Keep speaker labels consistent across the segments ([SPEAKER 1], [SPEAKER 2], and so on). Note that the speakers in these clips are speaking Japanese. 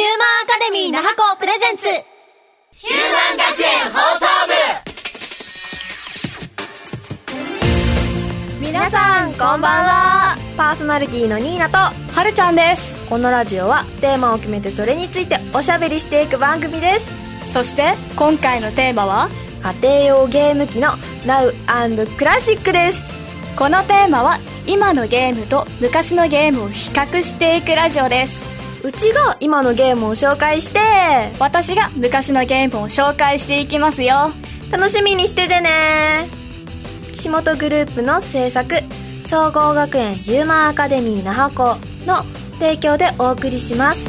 [SPEAKER 1] カデミー那覇校プレゼンツ
[SPEAKER 2] ヒューマン学園放送
[SPEAKER 3] 皆さんこんばんはパーソナリティのニーナとはるちゃんですこのラジオはテーマを決めてそれについておしゃべりしていく番組ですそして今回のテーマは家庭用ゲーム機の Now クラシックですこのテーマは今のゲームと昔のゲームを比較していくラジオですうちが今のゲームを紹介して私が昔のゲームを紹介していきますよ楽しみにしててね岸本グループの制作総合学園ヒューマンアカデミー那覇校の提供でお送りします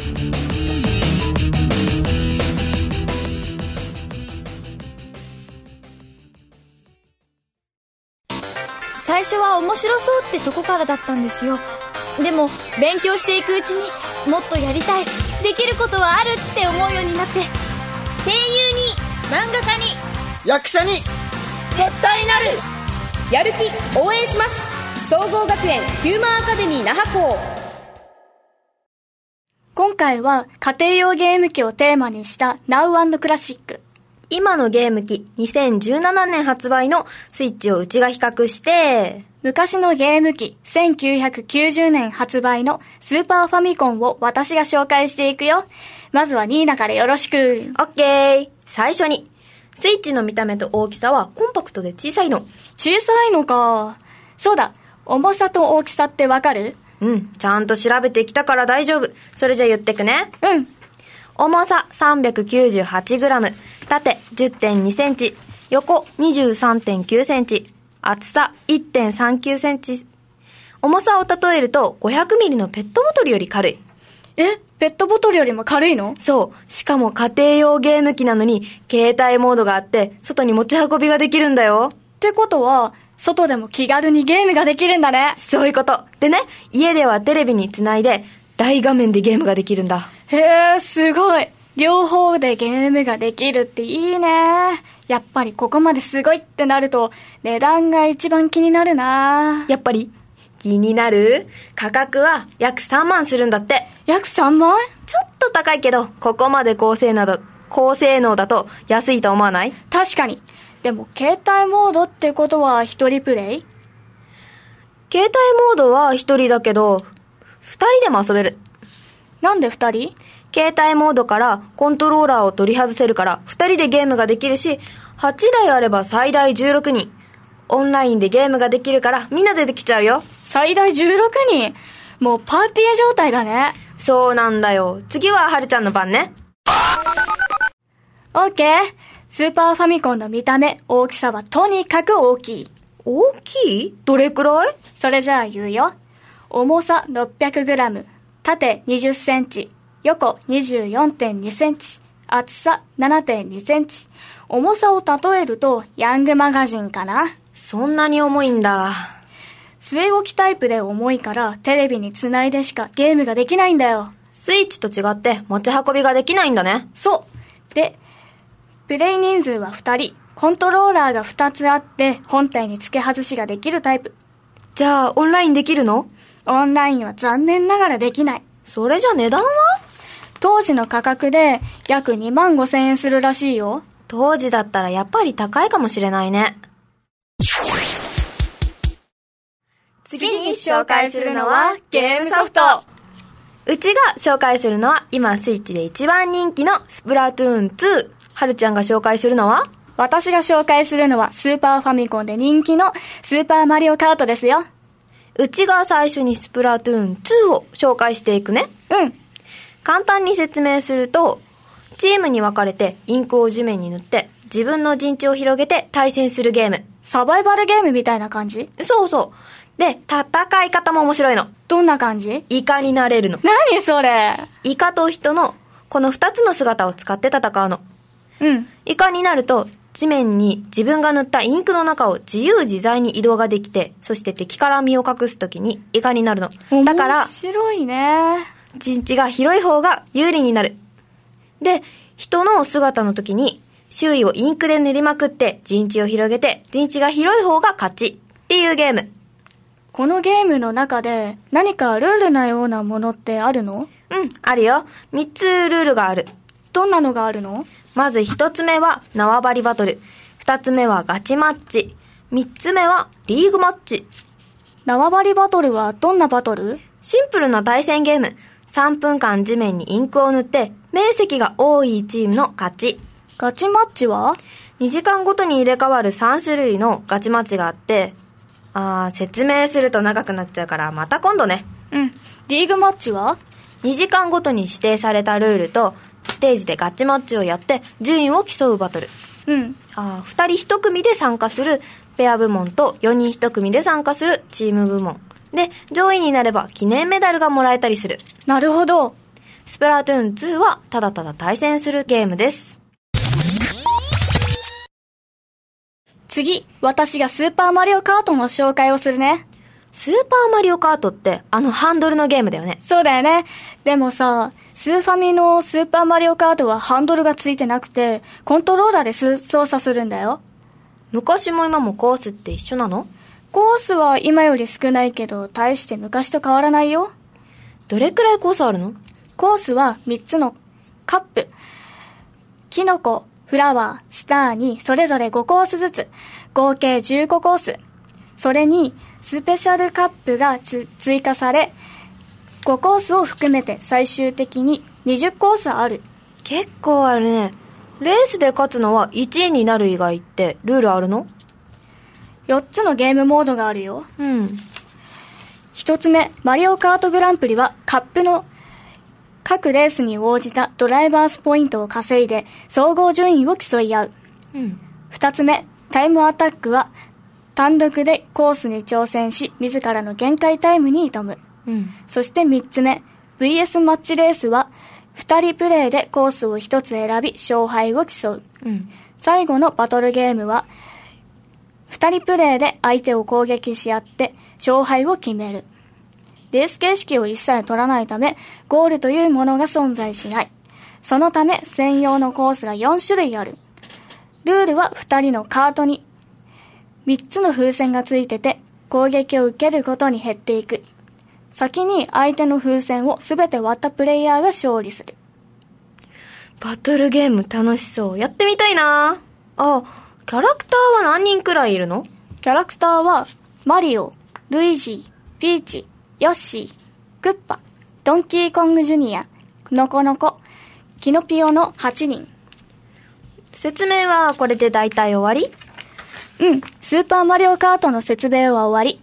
[SPEAKER 1] 最初は面白そうってとこからだったんですよでも勉強していくうちにもっとやりたいできることはあるって思うようになって声優に漫画家に
[SPEAKER 4] 役者に
[SPEAKER 2] 絶対なる
[SPEAKER 5] やる気応援します総合学園ヒューマンアカデミー那覇校
[SPEAKER 3] 今回は家庭用ゲーム機をテーマにした Now クラシック今のゲーム機2017年発売のスイッチをうちが比較して昔のゲーム機1990年発売のスーパーファミコンを私が紹介していくよまずはニーナからよろしくオッケー最初にスイッチの見た目と大きさはコンパクトで小さいの小さいのかそうだ重さと大きさってわかるうんちゃんと調べてきたから大丈夫それじゃ言ってくねうん重さ 398g 縦 10.2cm 横 23.9cm 厚さ 1.39cm 重さを例えると 500ml のペットボトルより軽いえペットボトルよりも軽いのそうしかも家庭用ゲーム機なのに携帯モードがあって外に持ち運びができるんだよってことは外でも気軽にゲームができるんだねそういうことでね家ではテレビにつないで大画面でゲームができるんだへえすごい両方でゲームができるっていいねやっぱりここまですごいってなると値段が一番気になるなやっぱり気になる価格は約3万するんだって約3万ちょっと高いけどここまで高性能だ高性能だと安いと思わない確かにでも携帯モードってことは一人プレイ携帯モードは一人だけど二人でも遊べるなんで二人携帯モードからコントローラーを取り外せるから二人でゲームができるし8台あれば最大16人オンラインでゲームができるからみんなでできちゃうよ最大16人もうパーティー状態だねそうなんだよ次ははるちゃんの番ねオッケースーパーファミコンの見た目大きさはとにかく大きい大きいどれくらいそれじゃあ言うよ重さ 600g 縦 20cm 横 24.2cm 厚さ 7.2cm 重さを例えるとヤングマガジンかなそんなに重いんだ据え置きタイプで重いからテレビにつないでしかゲームができないんだよスイッチと違って持ち運びができないんだねそうでプレイ人数は2人コントローラーが2つあって本体に付け外しができるタイプじゃあオンラインできるのオンラインは残念ながらできないそれじゃ値段は当時の価格で約2万5千円するらしいよ当時だったらやっぱり高いかもしれないね次に紹介するのはゲームソフトうちが紹介するのは今スイッチで一番人気のスプラトゥーン2はるちゃんが紹介するのは私が紹介するのはスーパーファミコンで人気のスーパーマリオカートですようちが最初にスプラトゥーン2を紹介していくねうん簡単に説明するとチームに分かれてインクを地面に塗って自分の陣地を広げて対戦するゲームサバイバルゲームみたいな感じそうそうで戦い方も面白いのどんな感じイカになれるの何それイカと人のこの2つの姿を使って戦うのうんイカになると地面に自分が塗ったインクの中を自由自在に移動ができてそして敵から身を隠す時にイカになるのだから白いね陣地が広い方が有利になるで人の姿の時に周囲をインクで塗りまくって陣地を広げて陣地が広い方が勝ちっていうゲームこのゲームの中で何かルールなようなものってあるのうん、あるよ。3つルールがある。
[SPEAKER 4] どんなのがあるの
[SPEAKER 3] まず1つ目は縄張りバトル。2つ目はガチマッチ。3つ目はリーグマッチ。
[SPEAKER 4] 縄張りバトルはどんなバトル
[SPEAKER 3] シンプルな対戦ゲーム。3分間地面にインクを塗って、面積が多いチームの勝ち。
[SPEAKER 4] ガチマッチは
[SPEAKER 3] 2時間ごとに入れ替わる3種類のガチマッチがあって、あー、説明すると長くなっちゃうから、また今度ね。
[SPEAKER 4] うん。リーグマッチは
[SPEAKER 3] 2時間ごとに指定されたルールと、ステージでガチマッチをやって、順位を競うバトル。
[SPEAKER 4] うん。
[SPEAKER 3] あー2人1組で参加するペア部門と4人1組で参加するチーム部門で上位になれば記念メダルがもらえたりする
[SPEAKER 4] なるほど。
[SPEAKER 3] スプラトゥーン2はただただ対戦するゲームです
[SPEAKER 4] 次、私がスーパーマリオカートの紹介をするね。
[SPEAKER 3] スーパーマリオカートってあのハンドルのゲームだよね
[SPEAKER 4] そうだよね。でもさ、スーファミのスーパーマリオカートはハンドルがついてなくて、コントローラーです操作するんだよ。
[SPEAKER 3] 昔も今もコースって一緒なの
[SPEAKER 4] コースは今より少ないけど、大して昔と変わらないよ。
[SPEAKER 3] どれくらいコースあるの
[SPEAKER 4] コースは3つのカップ、キノコ、フラワー、スターにそれぞれ5コースずつ、合計15コース。それに、スペシャルカップがつ追加され、5コースを含めて最終的に20コースある。
[SPEAKER 3] 結構あるねレースで勝つのは1位になる以外ってルールあるの
[SPEAKER 4] 4つのゲームモードがあるよ。
[SPEAKER 3] うん
[SPEAKER 4] 1つ目、マリオカートグランプリはカップの各レースに応じたドライバースポイントを稼いで総合順位を競い合う。
[SPEAKER 3] うん
[SPEAKER 4] 2つ目タイムアタックは単独でコースに挑戦し自らの限界タイムに挑む
[SPEAKER 3] うん
[SPEAKER 4] そして3つ目 VS マッチレースは2人プレイでコースを1つ選び勝敗を競う
[SPEAKER 3] うん
[SPEAKER 4] 最後のバトルゲームは2人プレイで相手を攻撃し合って勝敗を決めるレース形式を一切取らないためゴールというものが存在しないそのため専用のコースが4種類あるルールは2人のカートに3つの風船がついてて攻撃を受けるごとに減っていく先に相手の風船を全て割ったプレイヤーが勝利する
[SPEAKER 3] バトルゲーム楽しそう。やってみたいなあ、キャラクターは何人くらいいるの
[SPEAKER 4] キャラクターは、マリオ、ルイージー、ピーチ、ヨッシー、クッパ、ドンキーコングジュニア、ノコノコ、キノピオの8人。
[SPEAKER 3] 説明はこれで大体終わり
[SPEAKER 4] うん、スーパーマリオカートの説明は終わり。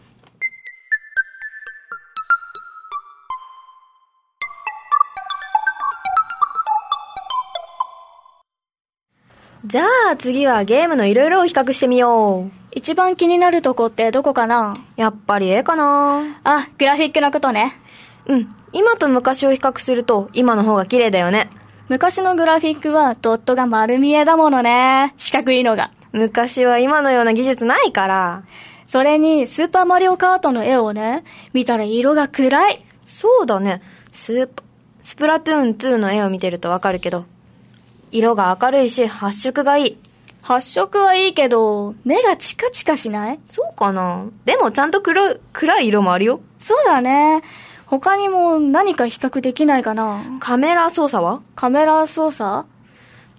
[SPEAKER 3] じゃあ次はゲームのいろいろを比較してみよう。
[SPEAKER 4] 一番気になるとこってどこかな
[SPEAKER 3] やっぱり絵かな
[SPEAKER 4] あ、グラフィックのことね。
[SPEAKER 3] うん。今と昔を比較すると今の方が綺麗だよね。
[SPEAKER 4] 昔のグラフィックはドットが丸見えだものね。四角いのが。
[SPEAKER 3] 昔は今のような技術ないから。
[SPEAKER 4] それに、スーパーマリオカートの絵をね、見たら色が暗い。
[SPEAKER 3] そうだね。スーパ、スプラトゥーン2の絵を見てるとわかるけど。色が明るいし発色がいい。
[SPEAKER 4] 発色はいいけど、目がチカチカしない
[SPEAKER 3] そうかなでもちゃんと黒い、暗い色もあるよ。
[SPEAKER 4] そうだね。他にも何か比較できないかな。
[SPEAKER 3] カメラ操作は
[SPEAKER 4] カメラ操作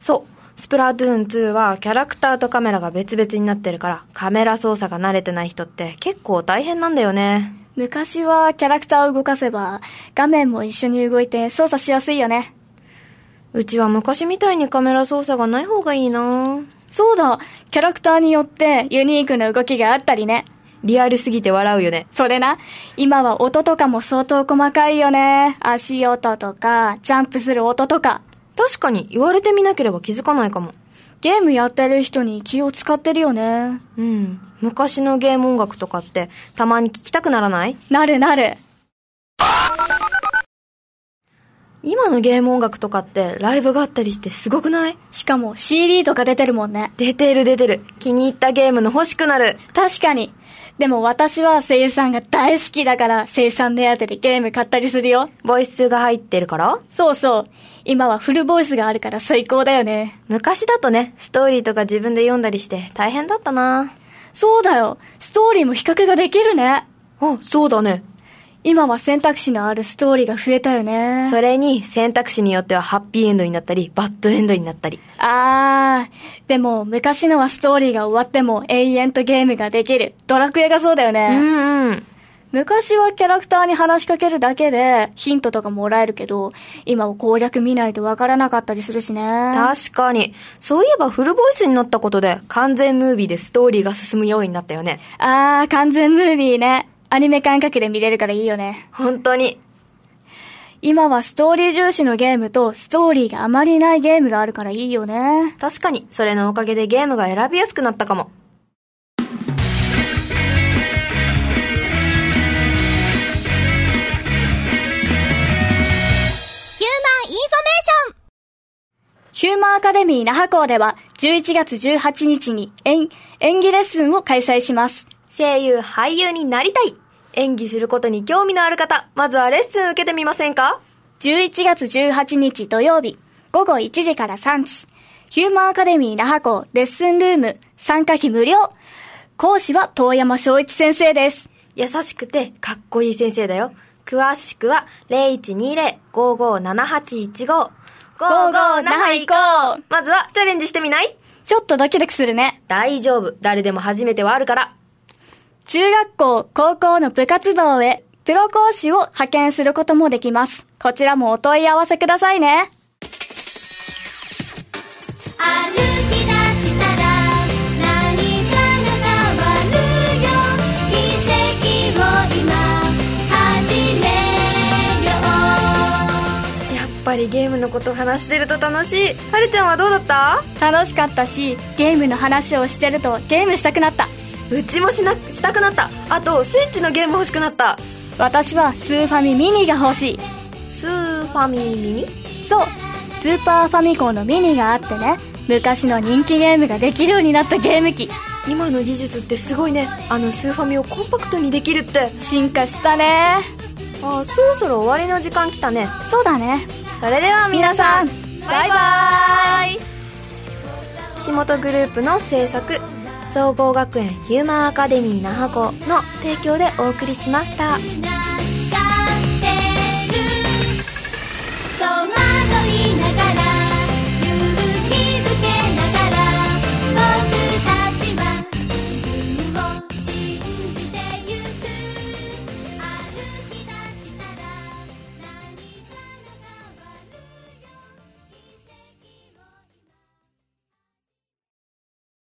[SPEAKER 3] そう。スプラトゥーン2はキャラクターとカメラが別々になってるから、カメラ操作が慣れてない人って結構大変なんだよね。
[SPEAKER 4] 昔はキャラクターを動かせば、画面も一緒に動いて操作しやすいよね。
[SPEAKER 3] うちは昔みたいにカメラ操作がない方がいいな
[SPEAKER 4] そうだ、キャラクターによってユニークな動きがあったりね。
[SPEAKER 3] リアルすぎて笑うよね。
[SPEAKER 4] それな、今は音とかも相当細かいよね。足音とか、ジャンプする音とか。
[SPEAKER 3] 確かに言われてみなければ気づかないかも。
[SPEAKER 4] ゲームやってる人に気を使ってるよね。
[SPEAKER 3] うん。昔のゲーム音楽とかってたまに聞きたくならない
[SPEAKER 4] なるなる。
[SPEAKER 3] 今のゲーム音楽とかってライブがあったりしてすごくない
[SPEAKER 4] しかも CD とか出てるもんね。
[SPEAKER 3] 出てる出てる。気に入ったゲームの欲しくなる。
[SPEAKER 4] 確かに。でも私は声優さんが大好きだから、声優さん目当てでゲーム買ったりするよ。
[SPEAKER 3] ボイスが入ってるから
[SPEAKER 4] そうそう。今はフルボイスがあるから最高だよね。
[SPEAKER 3] 昔だとね、ストーリーとか自分で読んだりして大変だったな
[SPEAKER 4] そうだよ。ストーリーも比較ができるね。
[SPEAKER 3] あ、そうだね。
[SPEAKER 4] 今は選択肢のあるストーリーが増えたよね
[SPEAKER 3] それに選択肢によってはハッピーエンドになったりバッドエンドになったり
[SPEAKER 4] あーでも昔のはストーリーが終わっても永遠とゲームができるドラクエがそうだよね、
[SPEAKER 3] んうん
[SPEAKER 4] 昔はキャラクターに話しかけるだけでヒントとかもらえるけど今は攻略見ないとわからなかったりするしね
[SPEAKER 3] 確かにそういえばフルボイスになったことで完全ムービーでストーリーが進むようになったよね
[SPEAKER 4] あー完全ムービーねアニメ感覚で見れるからいいよね
[SPEAKER 3] 本当に
[SPEAKER 4] 今はストーリー重視のゲームとストーリーがあまりないゲームがあるからいいよね
[SPEAKER 3] 確かにそれのおかげでゲームが選びやすくなったかも
[SPEAKER 1] ヒューマンインフォメーション
[SPEAKER 4] ヒューマンアカデミー那覇校では11月18日に演演技レッスンを開催します
[SPEAKER 3] 声優俳優になりたい演技することに興味のある方まずはレッスン受けてみませんか
[SPEAKER 4] 11月18日土曜日午後1時から3時ヒューマンアカデミー那覇校レッスンルーム参加費無料講師は遠山翔一先生です
[SPEAKER 3] 優しくてかっこいい先生だよ詳しくは0120-557815
[SPEAKER 4] 55那覇行こう
[SPEAKER 3] まずはチャレンジしてみない
[SPEAKER 4] ちょっとドキドキするね
[SPEAKER 3] 大丈夫誰でも初めてはあるから
[SPEAKER 4] 中学校、高校の部活動へ、プロ講師を派遣することもできます。こちらもお問い合わせくださいね。
[SPEAKER 1] 歩き出したら何かが変わるよ奇跡を今始めよ
[SPEAKER 3] やっぱりゲームのことを話してると楽しいはるちゃんはどうだった
[SPEAKER 4] 楽しかったし、ゲームの話をしてるとゲームしたくなった。
[SPEAKER 3] うちもしなしたくなったあとスイッチのゲーム欲しくなった
[SPEAKER 4] 私はスーファミミニが欲しい。
[SPEAKER 3] スーファミミニ
[SPEAKER 4] そう、スーパーファミコンのミニがあってね、昔の人気ゲームができるようになったゲーム機。
[SPEAKER 3] 今の技術ってすごいねあのスーファミをコンパクトにできるって
[SPEAKER 4] 進化したね。
[SPEAKER 3] あそろそろ終わりの時間来たね
[SPEAKER 4] そうだね。
[SPEAKER 3] それでは皆さ
[SPEAKER 4] 皆さ
[SPEAKER 3] ん
[SPEAKER 4] ん、
[SPEAKER 3] バイバイ岸本グループの制作総合学園ヒューマンアカデミー那覇校の提供でお送りしました
[SPEAKER 1] う